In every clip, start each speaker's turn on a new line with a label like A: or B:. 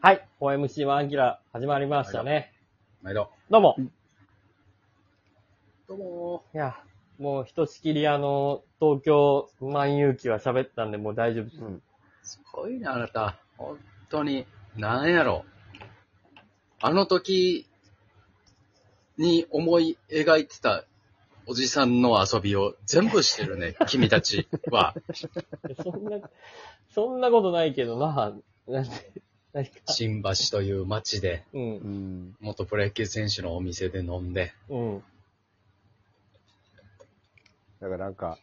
A: はい。OMC ワンキラー始まりましたね。
B: 毎度。
A: どうも。
B: どうも
A: いや、もうひとしきりあの、東京万有期は喋ったんでもう大丈夫です。
B: すごいな、あなた。本当に。なんやろ。あの時に思い描いてたおじさんの遊びを全部してる ね、君たちは。
A: そんな、 そんなことないけどな。 なんて、何か。
B: 新橋という街で、
A: うん、
C: ん。
B: 元プロ野球選手のお店で飲んで、
A: うん。
C: だからなんか、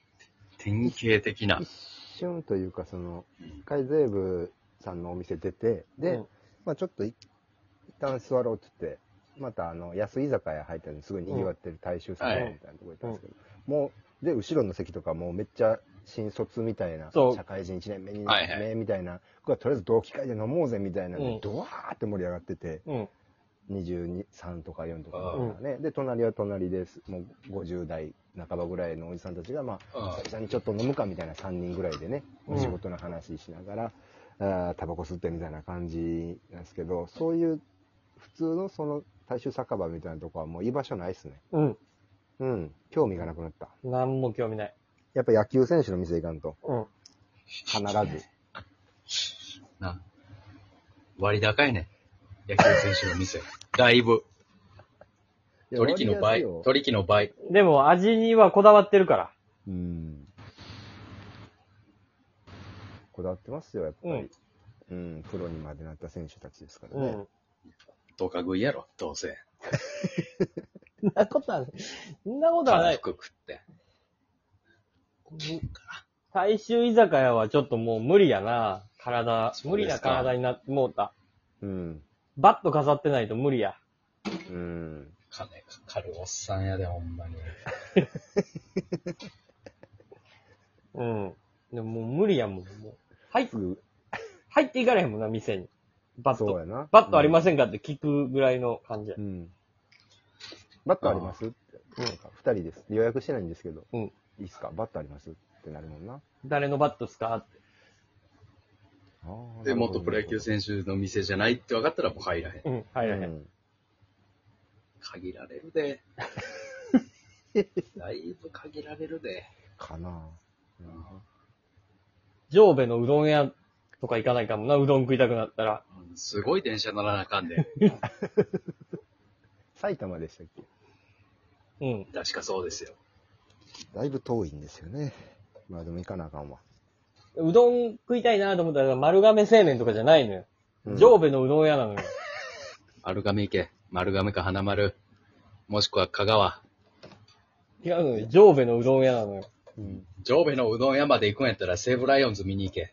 B: 典型的な
C: 一。瞬というか、その、一回ゼーブさんのお店出て、で、
A: うん
C: まあちょっとい一旦座ろうって言って、またあの、安居酒屋入ったんですごい賑わってる大衆酒
B: うん
C: 屋みたいなとこ行ったんですけど、もう、で、後ろの席とかもうめっちゃ新卒みたいな、
A: そう
C: 社会人1年目、2
B: はい
C: 年
B: は
C: 目みたいな、僕はとりあえず同期会で飲もうぜみたいなんで、
A: うん
C: ドワーって盛り上がってて、
A: うん。
C: 22、3とか4とかだったらね、で、隣は隣です。もう50代半ばぐらいのおじさんたちが、まあ、
B: うん
C: 久々にちょっと飲むかみたいな3人ぐらいでね、
A: うん
C: お仕事の話しながら、あータバコ吸ってみたいな感じなんですけど、そういう普通のその大衆酒場みたいなとこはもう居場所ないっすね。
A: うん。
C: うん。興味がなくなった。
A: なんも興味ない。
C: やっぱ野球選手の店行かんと。
A: うん。
C: 必ず。
B: な。割高いね。野球選手の 店。だいぶ。取引の倍
C: いや割安よ。
B: 取引の倍。
A: でも味にはこだわってるから。
C: うん。こだわってますよ、やっぱり。うん、プロにまでなった選手たちですから
A: う
C: ね。
A: ん。
B: どか食いやろ、どうせ。
A: そんなことはない。 そんなことはな
B: た
A: い。
B: 服食って。
A: 大衆居酒屋はちょっともう無理やな。体、
B: そう
A: 無理
B: で
A: な
B: すか
A: 体になってもうた。
C: うん。
A: バット飾ってないと無理や。
C: うん。
B: 金かかるおっさんやで、ほんまに。
A: うん。でももう無理やもん。もう入っ
C: すぐ、
A: 入っていかれへんもんな、店に。バッ
C: そう
A: ト。
C: やな。
A: バットありますせんかって聞くぐらいの感じや
C: う。ん。バットありますって。なんか、二人です。予約してないんですけど。
A: うん
C: いいっすかバットありますってなるもんな。
A: 誰のバットっすかって。
C: あー
B: で、元プロ野球選手の店じゃないって分かったらもう入らへん。
A: うん、入らへ。
C: うんん
B: 限られる で。だいぶ限られるで。
C: かな
B: うん
A: 上部のうどん屋とか行かないかもな、うどん食いたくなったら。
B: うんすごい電車乗らなあかんで。
C: 埼玉でしたっけ
A: うん。
B: 確かそうですよ。
C: だいぶ遠いんですよね。まあでも行かなあかんわ。
A: うどん食いたいなと思ったら丸亀製麺とかじゃないのよ。
C: うん
A: 上部のうどん屋なのよ。
B: 丸亀行け。丸亀か花丸。もしくは香川。
A: 違うのよ。上部のうどん屋なのよ。
C: うん
B: 上部のうどん屋まで行くんやったら西武ライオンズ見に行 け。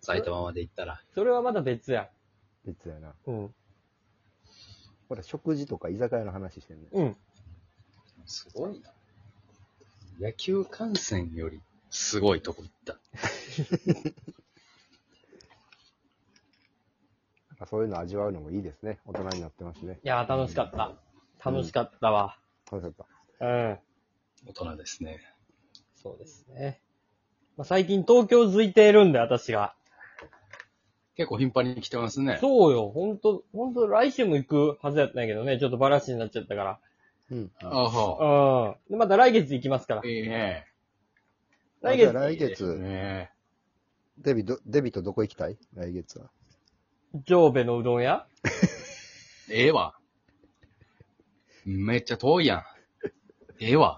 B: 埼玉まで行ったら。
A: それはまた別や。
C: 別やな。
A: うん。
C: ほら、食事とか居酒屋の話してんね。
A: うん。
B: すごいな。野球観戦よりすごいとこ行った。
C: なんかそういうの味わうのもいいですね。大人になってますね。
A: いやー、楽しかった。楽しかったわ。
C: 楽しかっ
A: うん。
B: 大人ですね。
A: そうですね。まあ、最近東京づいているんで、私が。
B: 結構頻繁に来てますね。
A: そうよ、ほんと、ほんと来週も行くはずやったんやけどね、ちょっとバラシになっちゃったか
C: た。うん。
B: あは。
A: ら。うん。で、また来月行きますから。
B: いいね。
A: 来
C: じゃあ
A: 月、
C: 来月、
B: ね
C: デビど、デビとどこ行きたい来月は。
A: 上部のうどん屋
B: ええわ。めっちゃ遠いやん。ええわ。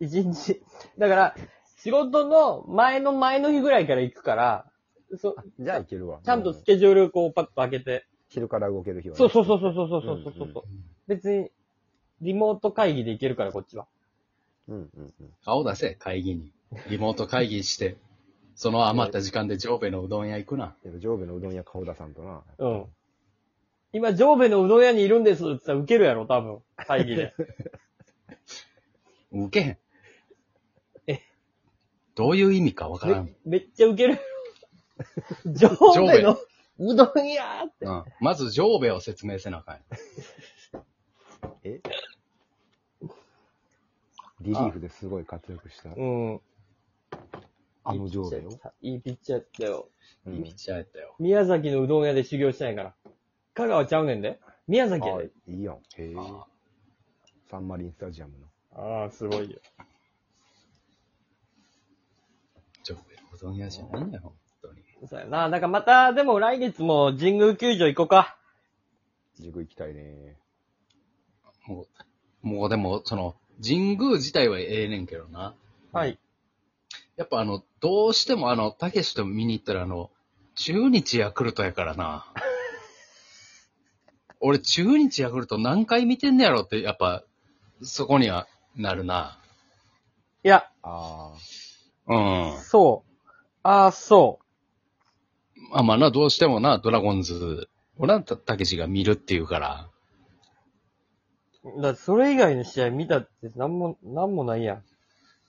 A: 一日。だから、仕事の前の前の日ぐらいから行くから、そ
C: じゃあ行けるわ。
A: ちゃんと
C: う
A: スケジュールこうパッと開けて。
C: 昼から動ける日はね、
A: そうそうそうそうそうそうそうそう、
C: うんうん
A: 別に、リモート会議で行けるから、こっちは。
C: うんうんうん。
B: 顔出せ、会議に。リモート会議して、その余った時間で上部のうどん屋行くな。
C: やっぱ上部のうどん屋顔出さんとな。
A: うん。今、上部のうどん屋にいるんですって言ったら受けるやろ、多分。会議で。
B: 受けへん。
A: え
B: どういう意味かわからん。
A: めめっちゃウケる。 上下のうどん屋って。
B: うん、まず上部を説明せなあかんやん。
C: えリリーフですごい活躍した。
A: うん。
C: あの上手よ。
A: いいピッチャーだったよ。
C: うん
B: いいピッチャーやったよ。
A: 宮崎のうどん屋で修行したんやから。香川ちゃうねんで。宮崎や
C: あ
A: で。
C: いいやん。へえ。
B: あ
C: サンマリンスタジアムの。
A: ああ、すごいよ。
B: ちょ、うどん屋じゃないんだよ、本当に。
A: そうやな。なんかまた、でも来月も神宮球場行こうか。
C: ジグ行きたいね。
B: もう、もうでも、その、神宮自体はええねんけどな。
A: はい。
B: やっぱあの、どうしてもあの、たけしと見に行ったらあの、中日ヤクルトやから な。俺、中日ヤクルト何回見てんねやろって、やっぱ、そこにはなるな。
A: いや、
C: あ
B: うん。
A: そう。ああ、そ
B: まあまあな、どうしてもな、ドラゴンズ、俺はたたけしが見るっていうから。
A: う。だってそれ以外の試合見たってなんも、なんもないやん。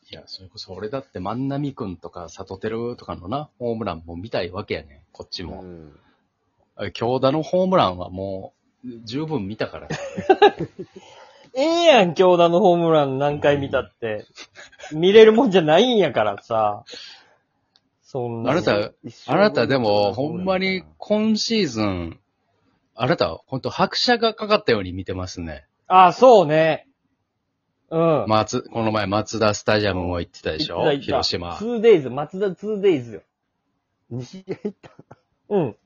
B: いや、それこそ俺だって万波くんとか、里輝とかのな、ホームランも見たいわけやねん、こっち
C: あ。う
B: も。
C: ん。
B: あ京田のホームランはもう、十分見た からさ。
A: ええやん、京田のホームラン何回見たって。見れるもんじゃないんやからさ。そんな。
B: あなた、
C: 一生
B: あなたでも、
C: そう
B: ほ
C: なんのかな
B: まに今シーズン、あなた、ほんと拍車がかかったように見てますね。
A: ああ、そうね。うん。
B: 松、この前松田スタジアムも行ってたでしょ広島。
A: 2days、松田 2days よ。
C: 西試合行った。
A: うん。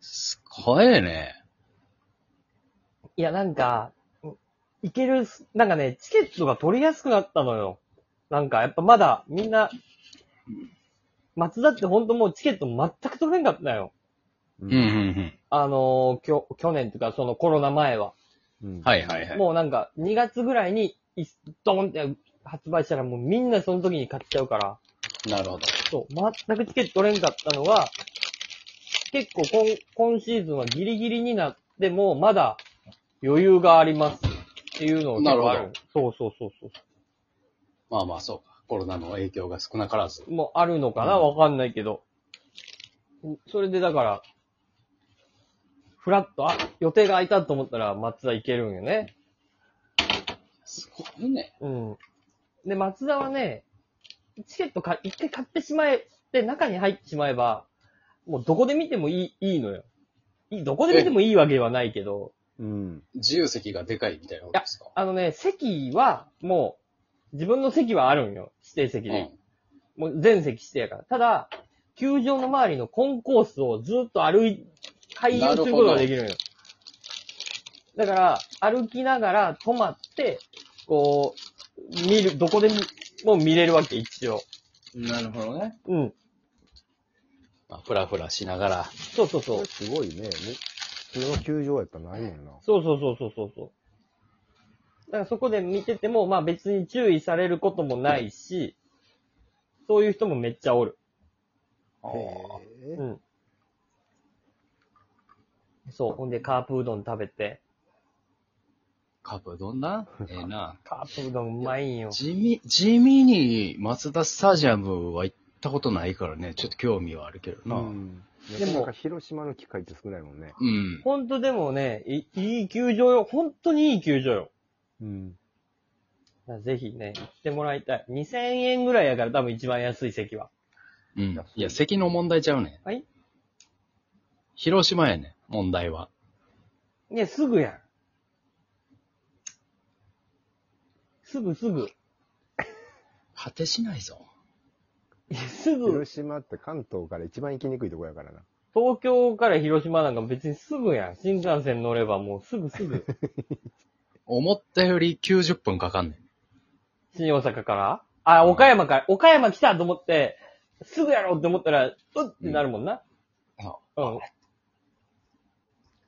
B: すごいね。
A: いや、なんか、いけるす、なんかね、チケットが取りやすくなったのよ。なんか、やっぱまだ、みんな、松田ってほんともうチケット全く取れんかったよ。
C: う
B: うんうん。うん。
A: あのー、きょ、去年とか、そのコロナ前は。
C: うん
B: はいはいはい。
A: もうなんか、2月ぐらいに、いドーンって発売したらもうみんなその時に買っちゃうから。
B: なるほど。
A: そう、全くチケット取れんかったのが、結構今、今シーズンはギリギリになっても、まだ余裕がありますっていうのを結構あ
B: なる
A: る。そうそうそうそ
B: まあまあそうか。コロナの影響が少なからず。
A: う。もうあるのかな
B: う
A: わ
B: ん
A: かんないけど。それでだから、フラッと、あ、予定が空いたと思ったら松田行けるんよね。
B: すごいね。
A: うん。で、松田はね、チケットか、一回買ってしまえ、で、中に入ってしまえば、もうどこで見てもいい、いいのよ。いい、どこで見てもいいわけはないけど、
C: うん。
B: 自由席がでかいみたいなことですか
A: あのね、席は、もう、自分の席はあるんよ。指定席で。もう全席指定やから。ただ、球場の周りのコンコースをずっと歩い、回遊することができるんよ。だから、歩きながら止まって、こう、見る、どこでももう見れるわけ、一応。
B: うん。なるほどね。
A: うん。
B: まあ、ふらふらしながら。
A: そうそうそ
C: そうれ。すごいね。ね普通の球場やったらないもんな。
A: そうそうそうそうそうそう。だからそこで見てても、まあ別に注意されることもないし、そういう人もめっちゃおる。
C: へ
A: うん。そう。ほんで、カープうどん食べて。
B: カープどんなええな。
A: カープうどんうまいんよ。
B: 地味、地味に松田スタジアムは行ったことないからね、ちょっと興味はあるけど
C: え。う
B: な。うん。
C: ん。
A: で
C: で
A: も
C: も、広島の機会って少ないもんね。
A: ほんとでもね、いいい球場よ。ほんとにいい球場よ。
C: うん。
A: だからぜひね、行ってもらいたい。2000円ぐらいやから多分一番安い席は。
B: うん。いや、席の問題ちゃうねん。
A: はい
B: 広島やねん、問題は。
A: ね、すぐやん。すぐすぐ。
B: 果てしないぞ。
A: いやすぐ、
C: 広島って関東から一番行きにくいとこやからな。
A: 東京から広島なんか別にすぐやん。新幹線乗ればもうすぐす ぐ。
B: 思ったより90分かかんね
A: 新大阪からあ、
B: うん
A: 岡山から。岡山来たと思って、すぐやろうって思ったら、うっってなるもんな。
B: うんあ
A: うん。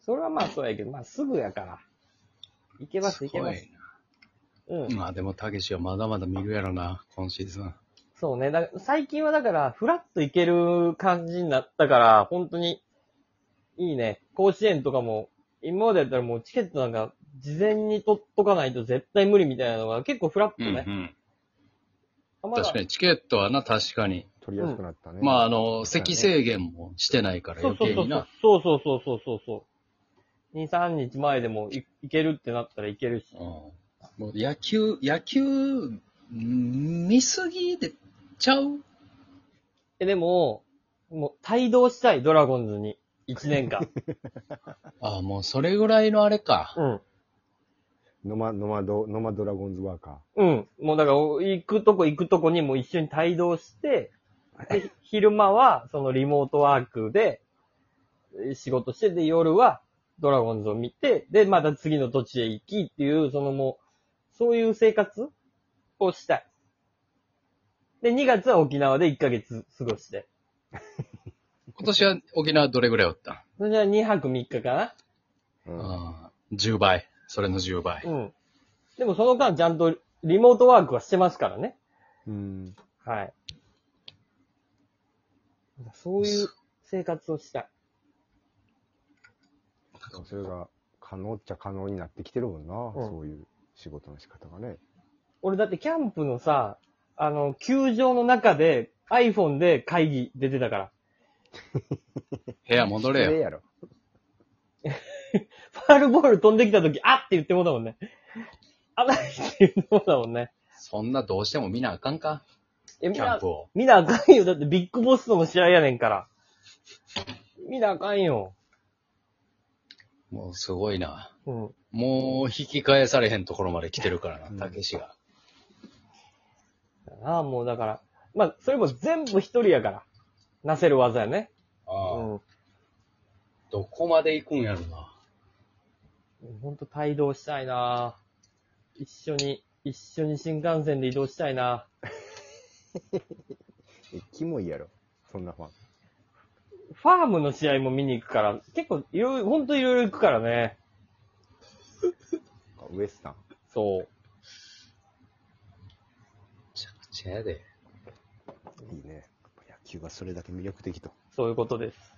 A: それはまあそうやけど、まあすぐやから。行け
B: ん。
A: ます、行けます。うん。
B: まあでも、たけしはまだまだ見るやろな、今シーズン。
A: そうね。だ最近はだから、フラッと行ける感じになったから、本当に、いいね。甲子園とかも、今までやったらもうチケットなんか、事前に取っとかないと絶対無理みたいなのが、結構フラッと
B: うん、う
A: ね。
B: ん。
A: あまだ
B: 確かに、チケットはな、確かに。
C: 取りやすくなったね。
B: まあ、あの、席制限もしてないから
A: そうそう
B: 余計
A: そ
B: に
A: うそう
B: な。。
A: そうそうそうそうそうそう。2、3日前でもい行けるってなったらいけるし。
B: うんもう野球、野球、ん見すぎでちゃう
A: え、でも、もう、帯同したい、ドラゴンズに。一年 間。
B: ああ、もうそれぐらいのあれか。
A: うん。
C: ノマ、ノマド、ノマドラゴンズワーカ
A: うん。もうだから、行くとこ行くとこにもう一緒に帯同して、で、昼間は、そのリモートワークで、えー仕事して、で、夜は、ドラゴンズを見て、で、また次の土地へ行きっていう、そのもう、そういう生活をしたい。で、2月は沖縄で1ヶ月過ごして。
B: 今年は沖縄どれぐらいおった
A: それじゃ2泊3日かな
C: ー。うん
B: ああ、10倍。それの10倍。
A: うん。でもその間ちゃんとリモートワークはしてますからね。
C: うん。
A: はい。そういう生活をしたい。
C: それが可能っちゃ可能になってきてるもんな、
A: ん
C: そういう仕事の仕方がね。
A: 俺だってキャンプのさ、あの、球場の中で iPhone で会議出てたから。
B: 部屋戻れ
C: そ
B: よ。
C: やろ。
A: ファールボール飛んできた時、あっって言ってもうたもんね。あないって言ってもうたもんね。
B: そんなどうしても見なあかんか。
A: え、み
B: キャン
A: な
B: プ、を。
A: みなあかんよ。だってビッグボスとの試合やねんから。みなあかんよ。
B: もうすごいな。
A: うん。
B: もう引き返されへんところまで来てるからな、たけしが。
A: だなもうだから。まあ、それも全部一人やから。なせる技やね。
B: ああ、
A: うん。
B: どこまで行くんやろな。
A: ほんと帯同したいなぁ一緒に、一緒に新幹線で移動したいな
C: え、キモいやろ。そんなファン。
A: ぁファームの試合も見に行くから、結構いろいろ、ほんといろいろ行くからね。
C: ウエスタン。
A: そう。
B: めちゃくちゃやで。
C: いいね。やっぱ野球はそれだけ魅力的と。
A: そういうことです。